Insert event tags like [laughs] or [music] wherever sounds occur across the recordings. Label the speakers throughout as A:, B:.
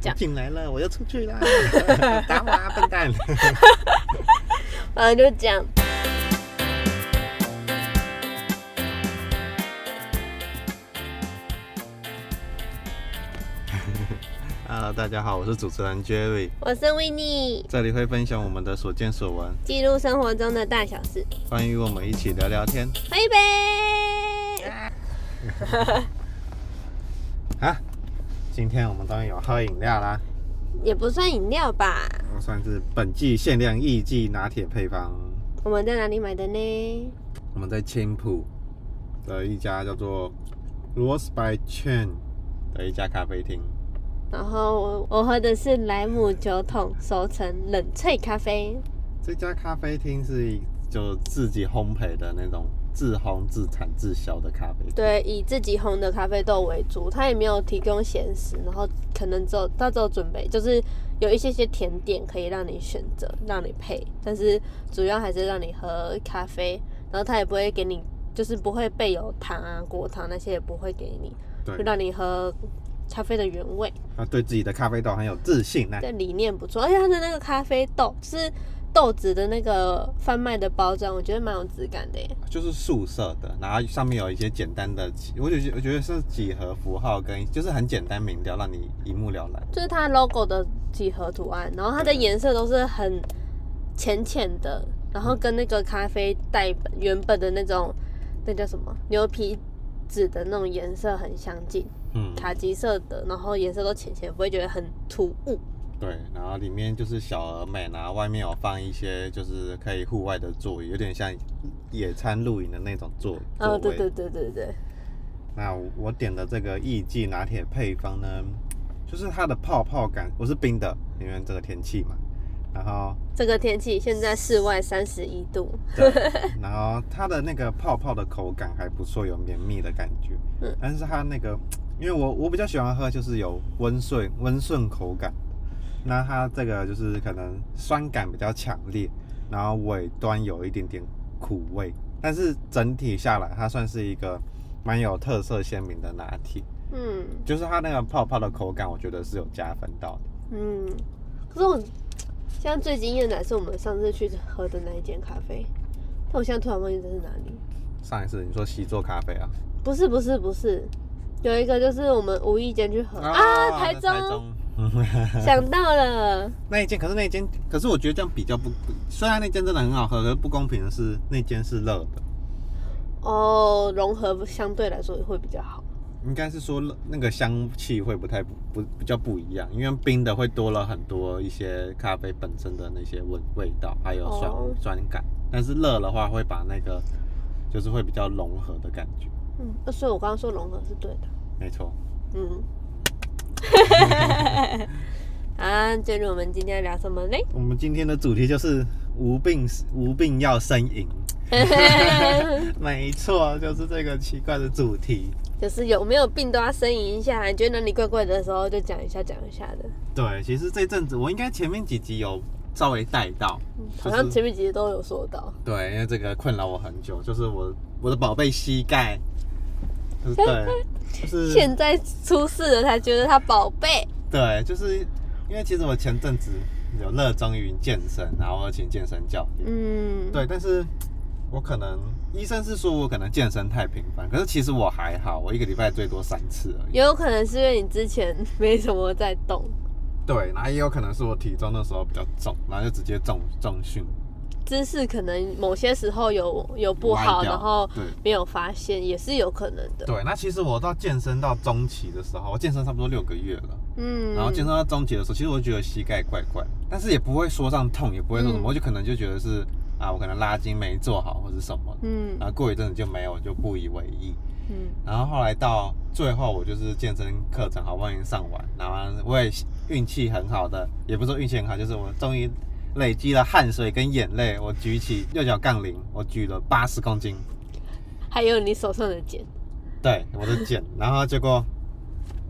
A: 这样。
B: 进来了，我要出去啦！
A: [laughs]
B: 打我啊，笨蛋！
A: 反正就是这样。
B: 啊，大家好，我是主持人 Jerry，
A: 我是维尼，
B: 这里会分享我们的所见所闻，
A: 记录生活中的大小事，
B: 欢迎我们一起聊聊天。
A: 喝一杯。
B: 啊，今天我们终于有喝饮料啦，
A: 也不算饮料吧？
B: 我算是本季限量艺伎拿铁配方。
A: 我们在哪里买的呢？
B: 我们在青浦的一家叫做 Rose by Chain 的一家咖啡厅。
A: 然后我我喝的是莱姆酒桶熟成冷萃咖啡，
B: 这家咖啡厅是一就自己烘焙的那种自烘自产自销的咖啡厅。
A: 对，以自己烘的咖啡豆为主，它也没有提供咸食，然后可能只有它只有准备就是有一些些甜点可以让你选择，让你配，但是主要还是让你喝咖啡，然后它也不会给你，就是不会备有糖啊、果糖那些也不会给你，就
B: 对，
A: 让你喝咖啡的原味。
B: 他对自己的咖啡豆很有自信呢、
A: 这理念不错，而且它的那个咖啡豆就是豆子的那个贩卖的包装，我觉得蛮有质感的耶。
B: 就是素色的，然后上面有一些简单的几，我就觉得我觉得是几何符号跟就是很简单明了，让你一目了然。
A: 就是它 logo 的几何图案，然后它的颜色都是很浅浅的，然后跟那个咖啡带本原本的那种那叫什么牛皮纸的那种颜色很相近，
B: 嗯，
A: 卡其色的，然后颜色都浅浅，不会觉得很突兀。
B: 对，然后里面就是小而美，然后外面有放一些就是可以户外的座椅，有点像野餐露营的那种座座
A: 啊，
B: 位。
A: 对对对对对，
B: 那我点的这个意记拿铁配方呢，就是它的泡泡感，我是冰的，因为这个天气嘛。然后，
A: 这个天气现在室外三十一度，
B: 对然后它的那个泡泡的口感还不错，有绵密的感觉。
A: 嗯
B: 但是它那个，因为我我比较喜欢喝就是有温顺温顺口感，那它这个就是可能酸感比较强烈，然后尾端有一点点苦味，但是整体下来它算是一个蛮有特色鲜明的拿铁。
A: 嗯
B: 就是它那个泡泡的口感，我觉得是有加分到的。
A: 嗯，可是我现在最惊艳的还是我们上次去喝的那一间咖啡，但我现在突然忘记这是哪里。
B: 上一次你说西做咖啡啊？
A: 不是不是不是，有一个就是我们无意间去喝啊台中
B: 哦台中。
A: [laughs]
B: 嗯
A: 想到了，
B: 那一间，可是那一间，可是我觉得这样比较不，虽然那间真的很好喝，可是不公平的是那间是热的，
A: 哦，融合相对来说会比较好。
B: 应该是说热那个香气会不太不不比较不一样，因为冰的会多了很多一些咖啡本身的那些味味道，还有酸、
A: 哦
B: 酸感，但是热的话会把那个就是会比较融合的感觉，
A: 嗯，呃所以我刚刚说融合是对的。
B: 没错。
A: 嗯， [laughs] 啊，进入我们今天要聊什么嘞？
B: 我们今天的主题就是无病无病要呻吟，没错，就是这个奇怪的主题。
A: 就是有没有病都要呻吟一下，你觉得哪里怪怪的时候就讲一下讲一下的。
B: 对，其实这阵子我应该前面几集有稍微带到，
A: 嗯好像前面几集都有说到，
B: 对，因为这个困扰我很久，就是我我的宝贝膝盖，就是
A: [laughs]
B: 对，就是
A: 现在出事了才觉得他宝贝。
B: 对，就是因为其实我前阵子有热衷于健身，然后请健身教练，
A: 嗯，
B: 对，但是我可能医生是说我可能健身太频繁，可是其实我还好，我一个礼拜最多三次而已。
A: 也有可能是因为你之前没什么在动，
B: 对，然后也有可能是我体重那时候比较重，然后就直接重重训
A: 姿势可能某些时候有有不好，
B: 歪掉
A: 然后
B: 对
A: 没有发现，也是有可能的。
B: 对，那其实我到健身到中期的时候，我健身差不多六个月了，
A: 嗯，
B: 然后健身到中期的时候，其实我就觉得膝盖怪怪，但是也不会说上痛，也不会说什么，
A: 嗯
B: 我就可能就觉得是啊，我可能拉筋没做好或者什么的，
A: 嗯
B: 然后过一阵子就没有，我就不以为意。
A: 嗯
B: 然后后来到最后，我就是健身课程好不容易上完，然后我也运气很好的，也不是说运气很好，就是我终于累积了汗水跟眼泪，我举起六角杠铃，我举了八十公斤，
A: 还有你手上的茧，
B: 对我的减，然后结果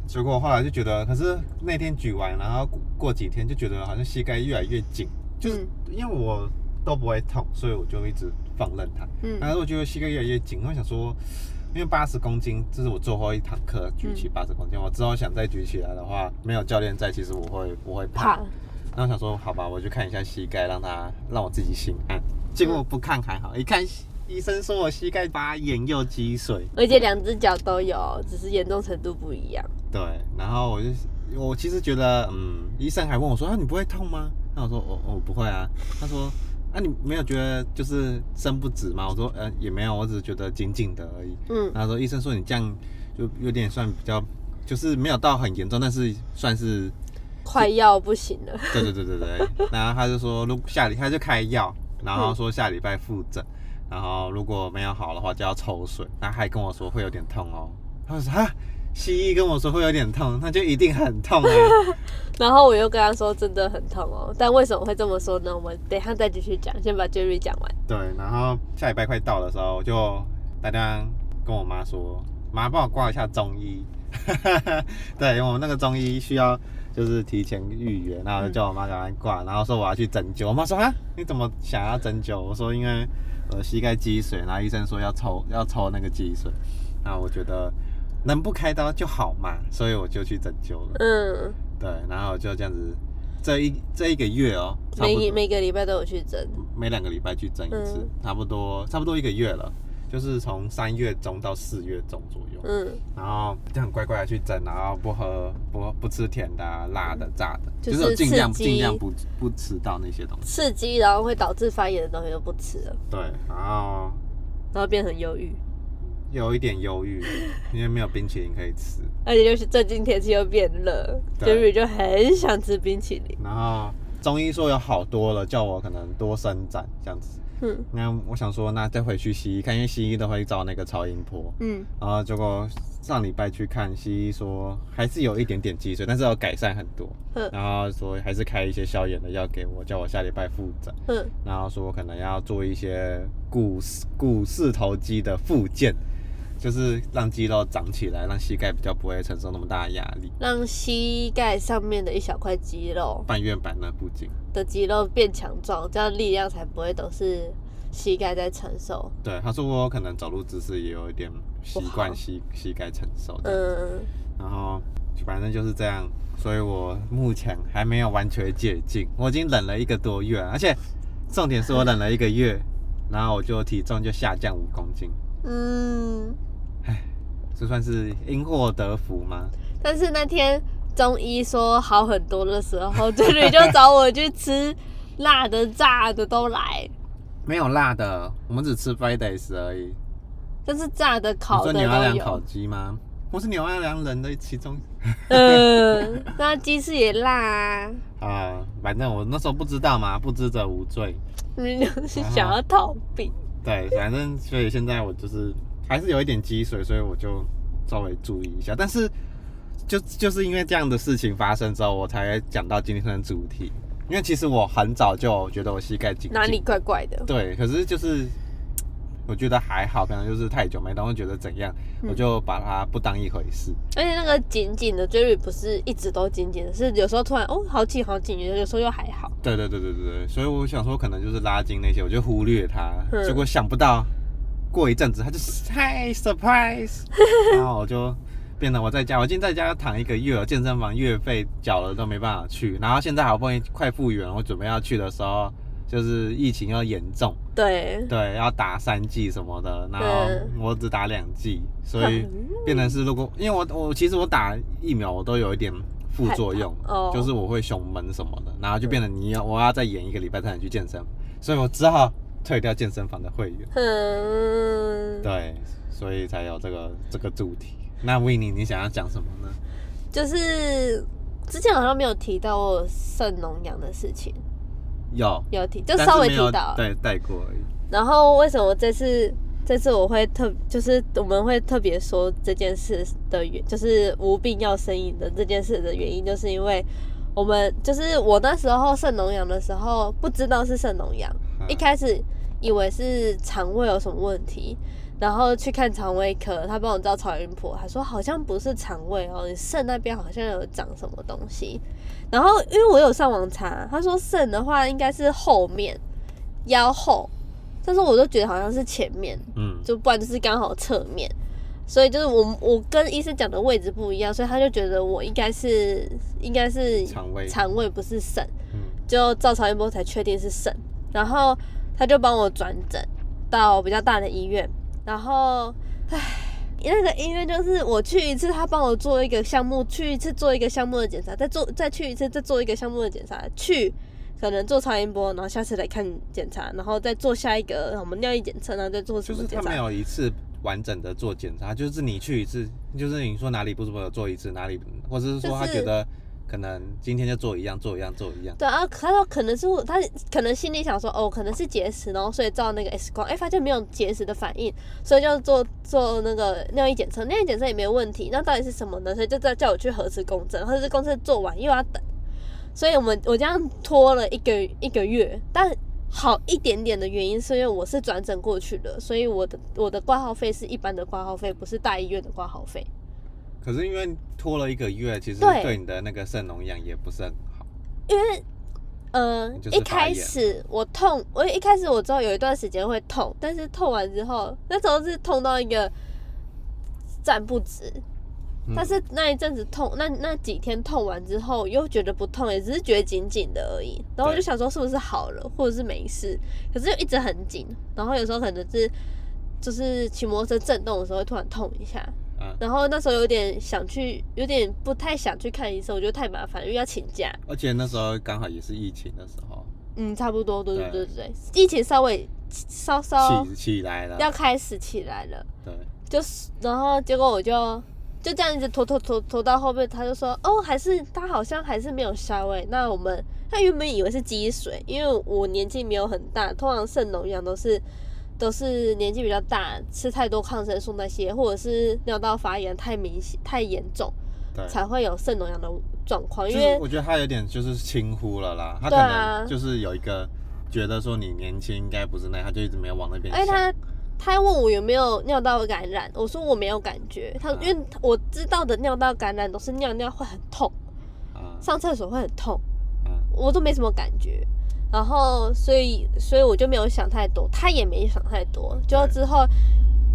B: 结果后来就觉得，可是那天举完，然后过过几天就觉得好像膝盖越来越紧，就是
A: 嗯
B: 因为我都不会痛，所以我就一直放任它。
A: 嗯
B: 然后我觉得膝盖越来越紧，我想说，因为八十公斤，这是我最后一堂课举
A: 嗯
B: 起八十公斤、我之后想再举起来的话，没有教练在，其实我会我会怕。
A: 怕
B: 然后想说，好吧，我去看一下膝盖，让他让我自己心安。结果不看还好，一看医生说我膝盖发炎又积水，
A: 而且两只脚都有，只是严重程度不一样。
B: 对，然后我就我其实觉得，嗯，医生还问我说啊，你不会痛吗？那我说我我不会啊。他说啊，你没有觉得就是伸不直吗？我说呃也没有，我只是觉得紧紧的而已。
A: 嗯，
B: 然后说医生说你这样就有点算比较，就是没有到很严重，但是算是
A: 快要不行了。 [laughs]
B: 对对对对对。然后他就说，如下礼他就开药，然后说下礼拜复诊，然后如果没有好的话就要抽水。然后还跟我说会有点痛哦。他就说啊，西医跟我说会有点痛，那就一定很痛啊。
A: 然后我又跟他说真的很痛哦，但为什么会这么说呢？我们等一下再继续讲，先把 Jerry 讲完。
B: 对，然后下礼拜快到的时候，我就大家跟我妈说，妈帮我挂一下中医。 [laughs] 对，因为我们那个中医需要就是提前预约，然后我就叫我妈赶快挂，然后说我要去针灸。我妈说啊，你怎么想要针灸？我说因为我的膝盖积水，然后医生说要抽 [laughs] 要抽那个积水，那我觉得能不开刀就好嘛，所以我就去针灸了。
A: 嗯，
B: 对，然后就这样子，这一这一个月哦，差不多
A: 每每个礼拜都有去针。
B: 每两个礼拜去蒸一次，
A: 嗯
B: 差不多差不多一个月了，就是从三月中到四月中左右，
A: 嗯，
B: 然后就很乖乖的去蒸，然后不喝不不吃甜的啊、辣的、炸的，
A: 就
B: 就是是尽量
A: 刺激
B: 尽量不不吃到那些东西。
A: 刺激，然后会导致发炎的东西都不吃了，
B: 对，然后
A: 然后变很忧郁，
B: 有一点忧
A: [laughs]
B: 郁，因为没有冰淇淋可以吃，
A: 而且就是最近天气又变热，Jerry
B: 对
A: 就很想吃冰淇淋。
B: 然后中医说有好多了，叫我可能多伸展这样子。
A: 嗯
B: 那我想说，那再回去西医看，因为西医都会照那个超音波。
A: 嗯，
B: 然后结果上礼拜去看西医，说还是有一点点积水，但是要改善很多
A: 嗯。
B: 然后说还是开一些消炎的药给我，叫我下礼拜复诊。
A: 嗯，
B: 然后说可能要做一些股四股四头肌的复健，就是让肌肉长起来，让膝盖比较不会承受那么大的压力。
A: 让膝盖上面的一小块肌肉
B: 半月板那附近，
A: 的肌肉变强壮，这样力量才不会都是膝盖在承受。
B: 对他说我可能走路姿势也有一点习
A: 不好
B: 惯膝膝盖承受的。
A: 嗯，
B: 然后反正就是这样，所以我目前还没有完全解禁，我已经忍了一个多月了，而且重点是我忍了一个月，然后我就体重就下降五公斤，
A: 嗯，
B: 这算是因祸得福吗？
A: 但是那天中医说好很多的时候，这里就找我去吃辣的、炸的都来，
B: 没有辣的，我们只吃 Fridays 而已。
A: 但是炸的、
B: 你
A: 烤
B: 说
A: 的
B: 牛阿
A: 都
B: 良烤
A: 有。
B: 鸡吗？我是牛阿良人的其中
A: 嗯，那鸡翅也辣啊，
B: 啊，反正我那时候不知道嘛，不知者无罪。
A: 你就是
B: 啊
A: 想要逃避。
B: 对，反正所以现在我就是还是有一点积水，所以我就稍微注意一下。但是就就是因为这样的事情发生之后，我才讲到今天的主题。因为其实我很早就觉得我膝盖紧，
A: 哪里？怪怪的？
B: 对，可是就是我觉得还好，可能就是太久没动，会觉得怎样，
A: 嗯
B: 我就把它不当一回事。
A: 而且那个紧紧的 Jerry 不是一直都紧紧的，是有时候突然哦好紧好紧，有时候又还好。
B: 对对对对对对，所以我想说，可能就是拉筋那些，我就忽略它。
A: 嗯
B: 结果想不到，过一阵子它就是嗨 surprise，然后我就变得我在家，我今天在家躺一个月了，健身房月费缴了都没办法去，然后现在好不容易快复原了，我准备要去的时候，就是疫情又严重，
A: 对，
B: 对，要打三剂什么的，然后
A: 嗯
B: 我只打两剂，所以变成是如果因为我我其实我打疫苗我都有一点副作用
A: 害怕哦，
B: 就是我会胸闷什么的，然后就变成你要我要再延一个礼拜才能去健身，所以我只好退掉健身房的会员，
A: 嗯，
B: 对，所以才有这个这个主题。那 w i n n 你想要讲什么呢？
A: 就是之前好像没有提到我有肾脓阳的事情，
B: 有，
A: 有提就
B: 但是
A: 稍微
B: 没
A: 提
B: 有
A: 到。
B: 对带过而已，
A: 然后为什么这次这次我会特就是我们会特别说这件事的原，就是无病要呻吟的这件事的原因，就是因为我们就是我那时候肾脓阳的时候不知道是肾脓阳，一开始以为是肠胃有什么问题，然后去看肠胃科，他帮我照超音波，他说好像不是肠胃哦，你肾那边好像有长什么东西。然后因为我有上网查，他说肾的话应该是后面腰后，但是我都觉得好像是前面，
B: 嗯，
A: 就不然就是刚好侧面。所以就是我我跟医生讲的位置不一样，所以他就觉得我应该是应该是
B: 肠胃，
A: 肠胃不是肾，
B: 嗯，
A: 就照超音波才确定是肾，然后他就帮我转诊到比较大的医院，然后唉，那个医院就是我去一次，他帮我做一个项目，去一次做一个项目的检查，再做再去一次，再做一个项目的检查，去可能做超音波，然后下次来看检查，然后再做下一个什么尿液检测，然后再做什
B: 就
A: 么
B: 是
A: 检
B: 他
A: 查
B: 没。有一次完整的做检查，就是你去一次，就是你说哪里不舒服的做一次，哪里，或者是说他
A: 就是
B: 觉得可能今天就做一样，做一样，做一样，
A: 对啊，他说可能是我，他可能心里想说，哦，可能是结石，然后所以照那个 X 光，哎，发现没有结石的反应，所以就做做那个尿液检测，尿液检测也没有问题，那到底是什么呢？所以就叫叫我去核磁共振，核磁共振做完又要等，所以我们我这样拖了一个一个月，但好一点点的原因是因为我是转诊过去的，所以我的我的挂号费是一般的挂号费，不是大医院的挂号费。
B: 可是因为拖了一个月，其实
A: 对
B: 对你的那个肾容养也不是很好。
A: 呃，
B: 就是
A: 一
B: 发
A: 开
B: 炎
A: 始我痛，我一开始我知道有一段时间会痛，但是痛完之后，那时候是痛到一个站不直。
B: 嗯
A: 但是那一阵子痛，那那几天痛完之后又觉得不痛，也只是觉得紧紧的而已。然后我就
B: 对
A: 想说是不是好了，或者是没事，可是又一直很紧。然后有时候可能是就是骑摩托车震动的时候会突然痛一下，
B: 嗯，
A: 然后那时候有点想去，有点不太想去看医生，我觉得太麻烦，因为要请假。
B: 而且那时候刚好也是疫情的时候，
A: 嗯，差不多，对对对
B: 对
A: 对，疫情稍微稍稍
B: 起起来了，
A: 哦要开始起来了，
B: 对，
A: 就是然后结果我就就这样一直拖拖拖拖到后面，他就说哦，还是他好像还是没有消诶、那我们他原本以为是积水，因为我年纪没有很大，通常肾脓疡都是都是年纪比较大，吃太多抗生素那些，或者是尿道发炎太明显太严重，
B: 对，
A: 才会有肾脓疡的状况，
B: 就
A: 因
B: 是
A: 为
B: 我觉得他有点就是轻忽了啦，他可
A: 对啊
B: 能就是有一个觉得说你年轻应该不是那样，他就一直没有往那边
A: 而且
B: 想。
A: 他他还问我有没有尿道感染，我说我没有感觉。他
B: 啊
A: 因为我知道的尿道感染都是尿尿会很痛，
B: 啊
A: 上厕所会很痛，
B: 啊，
A: 我都没什么感觉。然后所以所以我就没有想太多，他也没想太多。就
B: 对
A: 之后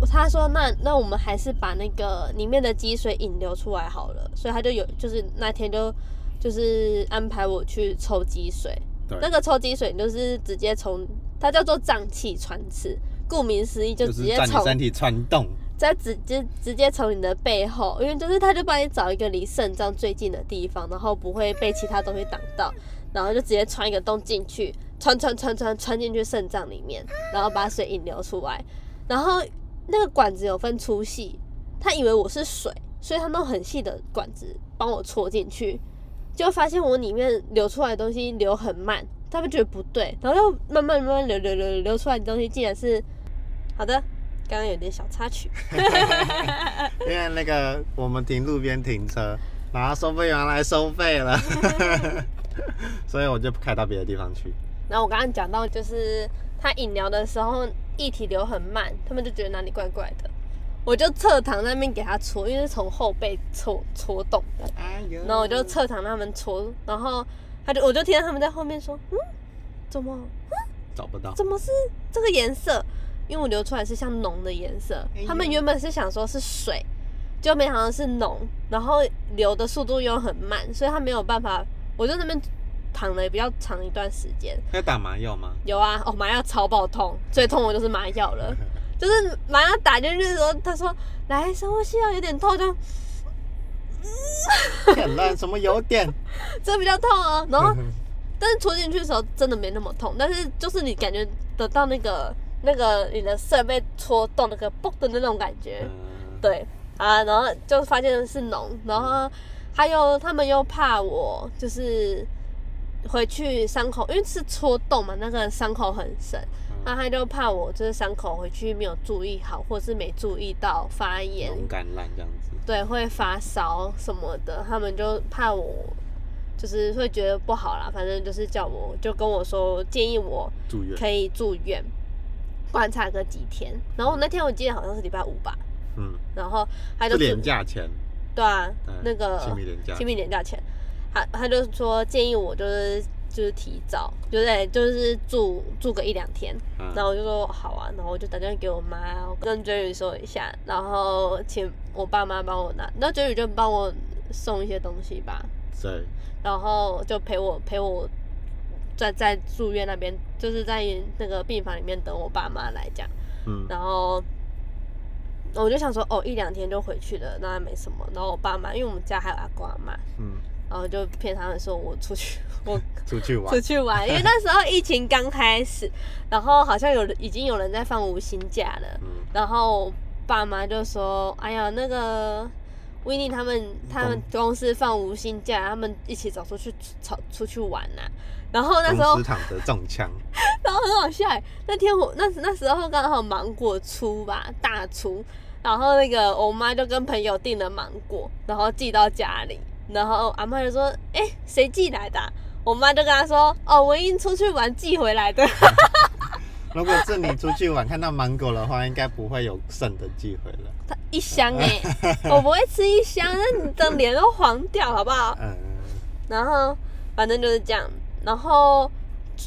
A: 他说那那我们还是把那个里面的积水引流出来好了，所以他就有就是那天就就是安排我去抽积水。
B: 对，
A: 那个抽积水你就是直接从它叫做胀气穿刺，顾名思义就直
B: 是
A: 接
B: 在
A: 从
B: 你身体窜动，
A: 再直接直接从你的背后，因为就是它就帮你找一个离肾脏最近的地方，然后不会被其他东西挡到，然后就直接穿一个洞进去，穿穿穿穿穿进去肾脏里面，然后把水引流出来，然后那个管子有分粗细，他以为我是水，所以他弄很细的管子帮我戳进去，就发现我里面流出来的东西流很慢，他们觉得不对，然后又慢慢慢慢流流流流流出来的东西竟然是好的。刚刚有点小插曲，
B: [laughs] 因为那个我们停路边停车，然后收费员来收费 [laughs] 了，所以我就开到别的地方去。
A: 然后我刚刚讲到，就是他饮料的时候液体流很慢，他们就觉得哪里怪怪的，我就侧躺在那边给他搓，因为是从后背搓搓动的，
B: 哎呦
A: 然后我就侧躺他们搓，然后他就我就听到他们在后面说，嗯，怎么
B: 找不到，
A: 怎么是这个颜色？因为我流出来是像脓的颜色
B: 哎，呦
A: 他们原本是想说是水，就没想到是脓，然后流的速度又很慢，所以他没有办法，我就在那边躺了比较长一段时间。
B: 要打麻药
A: [laughs]
B: 吗？
A: 有啊，哦，麻药超爆痛，最痛我就是麻药了，就是麻药打进去的时候，他说来深呼吸啊，有点痛，就
B: 很烂，什么嗯有点？
A: 这比较痛哦。然后，但是戳进去的时候真的没那么痛，但是就是你感觉得到那个那个你的肾被戳动那个嘣的那种感觉，
B: 嗯
A: 对啊，然后就发现是脓，然后他又他们又怕我就是回去伤口，因为是戳洞嘛，那个伤口很深，那他就怕我就是伤口回去没有注意好，或是没注意到发炎，
B: 勇敢烂这样子，
A: 对，会发烧什么的，他们就怕我。就是会觉得不好啦，反正就是叫我，就跟我说建议我
B: 住院。
A: 可以住院观察个几天。然后那天我记得好像是礼拜五吧，
B: 嗯，
A: 然后他
B: 是
A: 就
B: 廉价钱，
A: 对啊
B: 嗯，
A: 那个
B: 亲密廉价
A: 亲密廉价钱，他他就说建议我就是就是提早，就是就是住住个一两天。
B: 嗯
A: 然后我就说好啊，然后我就打电话给我妈，我跟 Jerry 说一下，然后请我爸妈帮我拿，然后 Jerry 就帮我送一些东西吧，
B: 对，
A: 然后就陪我陪我在在住院那边，就是在那个病房里面等我爸妈来这样。
B: 嗯，
A: 然后我就想说，哦，一两天就回去了，那没什么。然后我爸妈，因为我们家还有阿公阿妈，
B: 嗯，
A: 然后就骗他们说我出去， [laughs] 我
B: 出去玩
A: 出，去玩，因为那时候疫情刚开始，然后好像有人已经有人在放无薪假了，
B: 嗯，
A: 然后爸妈就说，哎呀，那个。维尼他们他们公司放无薪假，他们一起走出去出出去玩呐、然后那时候
B: 公司躺着中枪，
A: 然后很好笑欸，那天我那那时候刚好芒果出吧，大出，然后那个我妈就跟朋友订了芒果，然后寄到家里，然后阿妈就说：“哎、谁寄来的啊、我妈就跟她说：“哦，文英出去玩寄回来的。
B: 如果是你出去玩看到芒果的话，应该不会有剩的寄回来。”
A: 她一箱哎、我不会吃一箱，那你的脸都黄掉好不好？
B: 嗯，
A: 然后反正就是这样，然后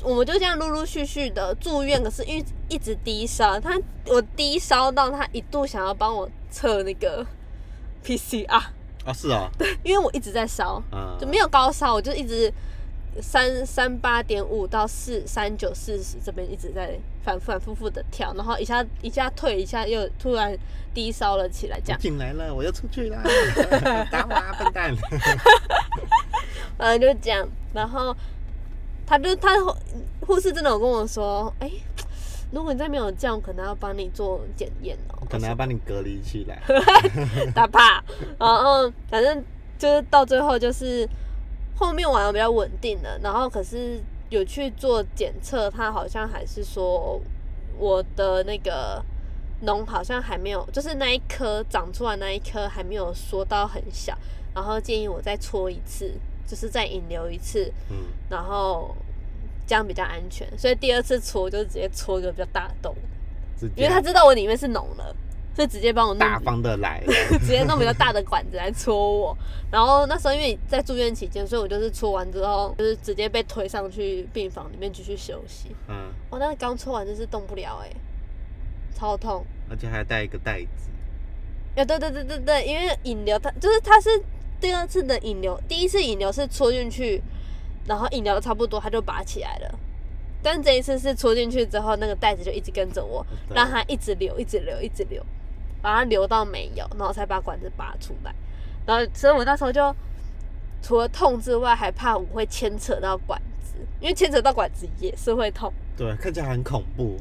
A: 我们就这样陆陆续续的住院，可是一一直低烧，他我低烧到他一度想要帮我测那个 [laughs] PCR，
B: 哦，是哦，
A: 因为我一直在烧，
B: 嗯，
A: 就没有高烧，我就一直三三八点五到四三九四十这边一直在反反复复的跳，然后一下一下退，一下又突然低烧了起来，这样
B: 我。进来了，我要出去
A: [laughs]
B: 啦！打我啊，笨蛋！
A: 呃，就这样，然后他就他护士真的有跟我说，哎、如果你再没有降，我可能要帮你做检验哦，
B: 我可能要把你隔离起
A: [laughs]
B: 来。
A: 打怕，然后反正就是到最后就是后面玩的比较稳定了，然后可是有去做检测，他好像还是说我的那个脓好像还没有，就是那一颗长出来那一颗还没有缩到很小，然后建议我再搓一次，就是再引流一次，
B: 嗯，
A: 然后这样比较安全。所以第二次搓就直接搓一个比较大的洞，
B: 直
A: 因
B: 接
A: 为他知道我里面是脓了，所以直接帮我弄
B: 大方的来，
A: [laughs] 直接弄比较大的管子来戳我。然后那时候因为在住院期间，所以我就是戳完之后，就是直接被推上去病房里面继续休息。
B: 嗯，
A: 哇，但是刚戳完真是动不了哎、超痛。
B: 而且还带一个袋子，
A: 哎、对对对对对，因为引流它就是它是第二次的引流，第一次引流是戳进去，然后引流的差不多，它就拔起来了。但这一次是戳进去之后，那个袋子就一直跟着我，
B: 对
A: 让它一直流，一直流，一直流，把它流到没有，然后才把管子拔出来。然后，所以我那时候就除了痛之外，还怕我会牵扯到管子，因为牵扯到管子也是会痛，
B: 对，看起来很恐怖。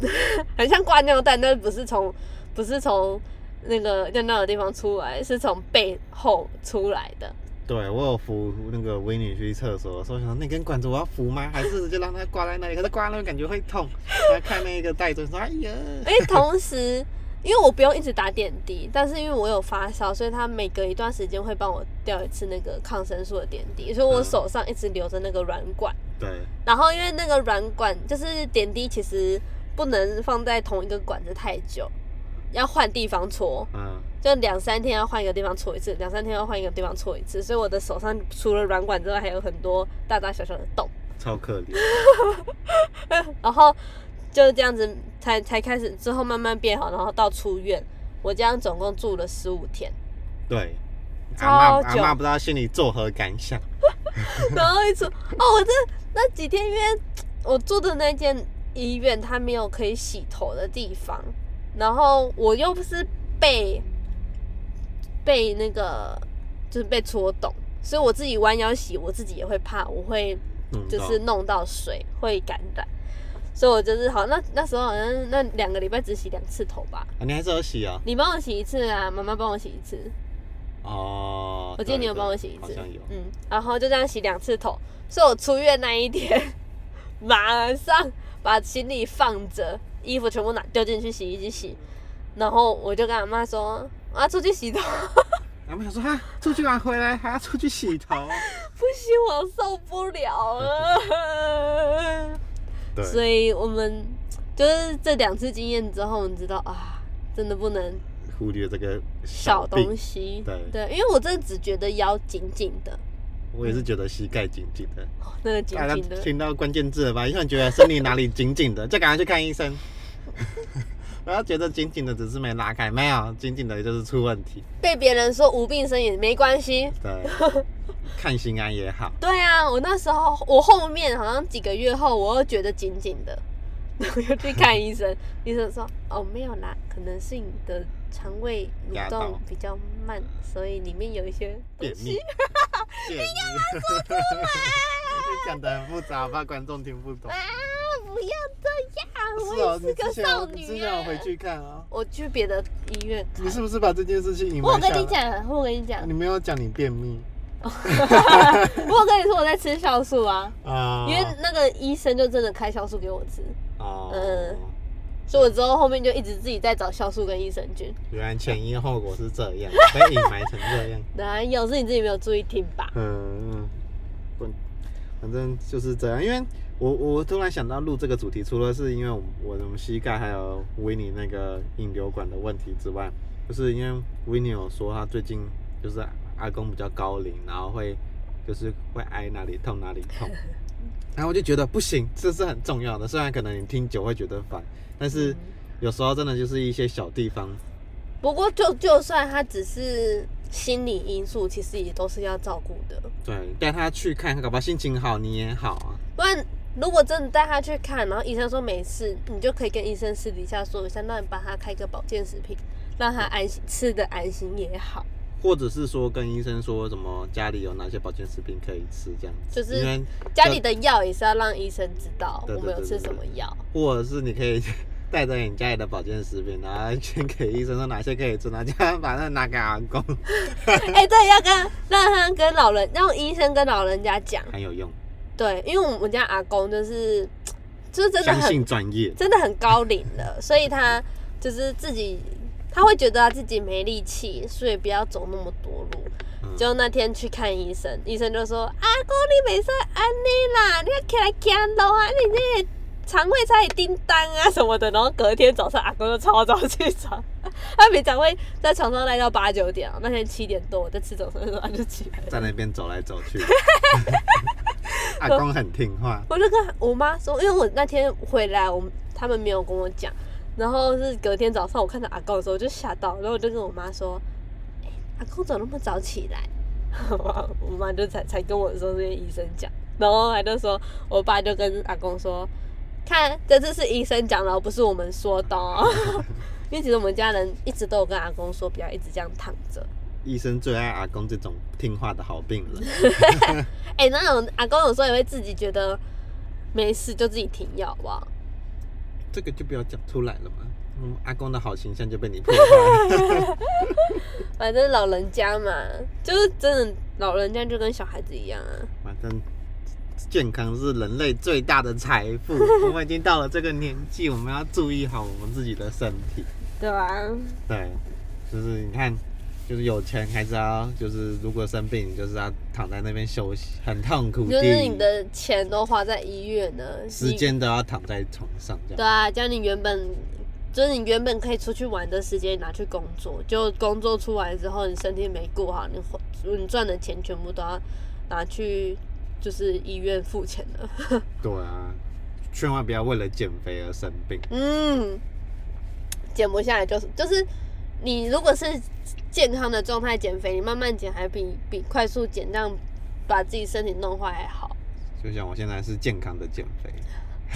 A: 很像挂尿袋，但是不是从不是从那个尿尿的地方出来，是从背后出来的。
B: 对我有扶那个维尼去厕所的时候，想说那根管子我要扶吗？还是就让它挂在那里？可是挂在那里感觉会痛。然后看那个袋子说，哎呀，
A: 因为同时，因为我不用一直打点滴，但是因为我有发烧，所以他每隔一段时间会帮我吊一次那个抗生素的点滴，所以我
B: 嗯
A: 手上一直留着那个软管。
B: 对，
A: 然后因为那个软管就是点滴，其实不能放在同一个管子太久，要换地方戳，
B: 嗯，
A: 就两三天要换一个地方戳一次，两三天要换一个地方戳一次，所以我的手上除了软管之外，还有很多大大小小的洞。
B: 超可怜。
A: 然后就是这样子才才开始，之后慢慢变好，然后到出院，我这样总共住了十五天，
B: 对，阿
A: 超
B: 妈阿
A: 久
B: 妈不知道心里作何感想。
A: 然后一出哦，我这那几天因为我住的那间医院它没有可以洗头的地方，然后我又不是被被那个就是被戳洞，所以我自己弯腰洗，我自己也会怕，我会
B: 嗯
A: 就是弄到水会感染。所以我就是好，那那时候好像那两个礼拜只洗两次头吧，
B: 啊你还是有洗啊？
A: 你帮我洗一次啊，妈妈帮我洗一次。
B: 哦，
A: 我记得你有
B: 对
A: 帮我
B: 对
A: 洗一
B: 好
A: 次，
B: 像有。
A: 嗯，然后就这样洗两次头，所以我出院那一天， [laughs] 马上把行李放着，衣服全部拿丢进去洗衣机洗，然后我就跟阿妈说，啊，出去洗头， [laughs]
B: 阿妈想说哈，出去玩回来还要出去洗头。
A: 不行，我受不了啊了。
B: 对，
A: 所以我们就是这两次经验之后，你知道啊，真的不能
B: 忽略这个
A: 小
B: 病
A: 东西，
B: 对
A: 对，因为我真的只觉得腰紧紧的，
B: 我也是觉得膝盖紧紧的。
A: 哦那个紧
B: 大家
A: 紧的，
B: 听到关键字了吧？因为你觉得身体哪里紧紧的，就赶快去看医
A: [laughs]
B: 生。不要觉得紧紧的只是没拉开，没有紧紧的就是出问题。
A: 被别人说无病呻吟没关系。
B: 对，
A: [laughs]
B: 看心安也好。
A: 对啊，我那时候我后面好像几个月后，我又觉得紧紧的， [laughs] 然后又去看医生， [laughs] 医生说哦没有啦，可能是你的肠胃
B: 压
A: 蠕
B: 到
A: 动比较慢，所以里面有一些东
B: 便
A: [laughs]
B: 秘
A: 西。，
B: 便秘。你 [laughs] 讲的很复杂，怕观众听不懂
A: 啊。！不要这
B: 是哦
A: 样，我，也
B: 你
A: 是个
B: 之前
A: 少
B: 你
A: 女
B: 之前
A: 啊
B: 有！回去看啊。
A: 我去别的医院看
B: 你。是不是把这件事情隐
A: 我
B: 瞒
A: 有
B: 下
A: 跟
B: 来？
A: 你讲，我有跟你讲
B: 你，没有讲你便秘
A: [laughs] 我有跟你说我在吃酵素啊，
B: 啊？
A: 因为那个医生就真的开酵素给我吃，
B: 哦，
A: 嗯所以我之后后面就一直自己在找酵素跟益生菌。
B: 原来前因后果是这样，被隐瞒成这样。
A: 哪有是你自己没有注意听吧？
B: 嗯，滚，反正就是这样。因为我我突然想到录这个主题，除了是因为我我的膝盖还有维尼那个引流管的问题之外，就是因为维尼有说他最近就是阿公比较高龄，然后会就是会挨哪里痛哪里痛，然后我就觉得不行，这是很重要的。虽然可能你听久会觉得烦，但是有时候真的就是一些小地方
A: 不过就就算他只是心理因素，其实也都是要照顾的。
B: 对，带他去看，搞不好心情好，你也好啊。
A: 不然如果真的带他去看，然后医生说没事，你就可以跟医生私底下说一下，那你帮他开个保健食品，让他安心吃的安心也好。
B: 或者是说跟医生说什么家里有哪些保健食品可以吃这样子，
A: 就是
B: 因为
A: 家里的药也是要让医生知道
B: 对
A: 我
B: 对
A: 们有吃
B: 对对
A: 什么药。 [laughs]
B: 或者是你可以带着你家里的保健食品，然后先给医生说哪些可以吃，然后叫他把那拿给阿公，
A: 哎、对，要跟让他跟老人，让医生跟老人家讲。
B: 很有用，
A: 对，因为我们家阿公就是就是真的
B: 相
A: 很
B: 信专业。
A: 真的很高龄了，所以他就是自己，他会觉得他自己没力气，所以不要走那么多路。
B: 嗯
A: 就那天去看医生，医生就说：“阿公，你没事安尼啦，你要起来行路啊，你这个肠胃才会叮当啊什么的。”然后隔天早上，阿公就超早起床，他平常会在床上赖到八九点啊，那天七点多我在吃早餐的时候他就起来了。
B: 在那边走来走
A: [laughs]
B: 去，阿公很听话，
A: 我就跟我妈说，因为我那天回来，我们他们没有跟我讲，然后是隔天早上我看到阿公的时候，我就吓到，然后我就跟我妈说：“哎、阿公怎么那么早起来？” [laughs] 我妈就才才跟我说这些医生讲，然后还就说，我爸就跟阿公说：“看，这次是医生讲的哦，不是我们说的、哦。” [laughs] 因为其实我们家人一直都有跟阿公说，不要一直这样躺着。
B: 医生最爱阿公这种听话的好病人。
A: 哎、那种阿公有时候也会自己觉得没事就自己停药，好不好？
B: 这个就不要讲出来了嘛，嗯，阿公的好形象就被你破坏。
A: 反正老人家嘛，就是真的老人家就跟小孩子一样啊。
B: 反正健康是人类最大的财
A: [laughs]
B: 富。我们已经到了这个年纪，我们要注意好我们自己的身体。
A: 对啊，
B: 对，就是你看，就是有钱还是要，就是如果生病，你就是要躺在那边休息，很痛苦的。
A: 就是你的钱都花在医院了，
B: 时间都要躺在床上这
A: 你。
B: 样。
A: 对啊，将你原本就是你原本可以出去玩的时间拿去工作，就工作出来之后，你身体没顾好，你花你赚的钱全部都要拿去就是医院付钱了。
B: 对啊，千万不要为了减肥而生病。
A: 嗯，减不下来就是就是你如果是健康的状态减肥，你慢慢减还比比快速减这样把自己身体弄坏还好。
B: 就像我现在是健康的减肥，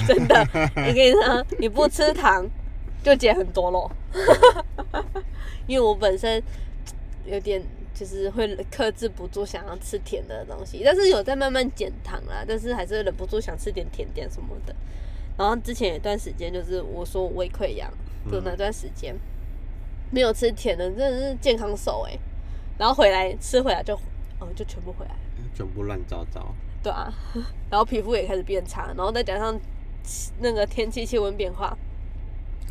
A: 真的，我跟 [laughs] 你说，你不吃 [laughs] 糖就减很多咯。 [laughs] 因为我本身有点就是会克制不住想要吃甜的东西，但是有在慢慢减糖啦，但是还是忍不住想吃点甜点什么的。然后之前有一段时间就是我说我胃溃疡，就那段时间、没有吃甜的，真的是健康瘦哎、然后回来吃回来就哦就全部回来了。
B: 全部乱糟糟。
A: 对啊， [laughs] 然后皮肤也开始变差，然后再加上气那个天气气温变化，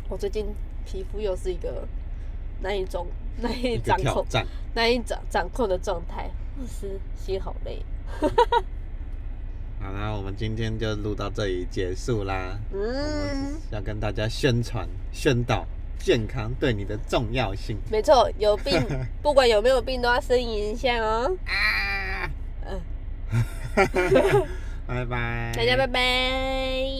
A: 我最近皮肤又是一个难以中、难以
B: 一个
A: 掌
B: 挑
A: 控、
B: 战，
A: 难以掌掌控的状态，是心好累。
B: 好啦，我们今天就录到这里结束啦。
A: 嗯，
B: 要跟大家宣传宣导健康对你的重要性
A: 没错，有病不管有没有病都要呻吟一下哦。
B: 啊！
A: 嗯，
C: 拜拜，
B: [laughs] 哎大家拜拜。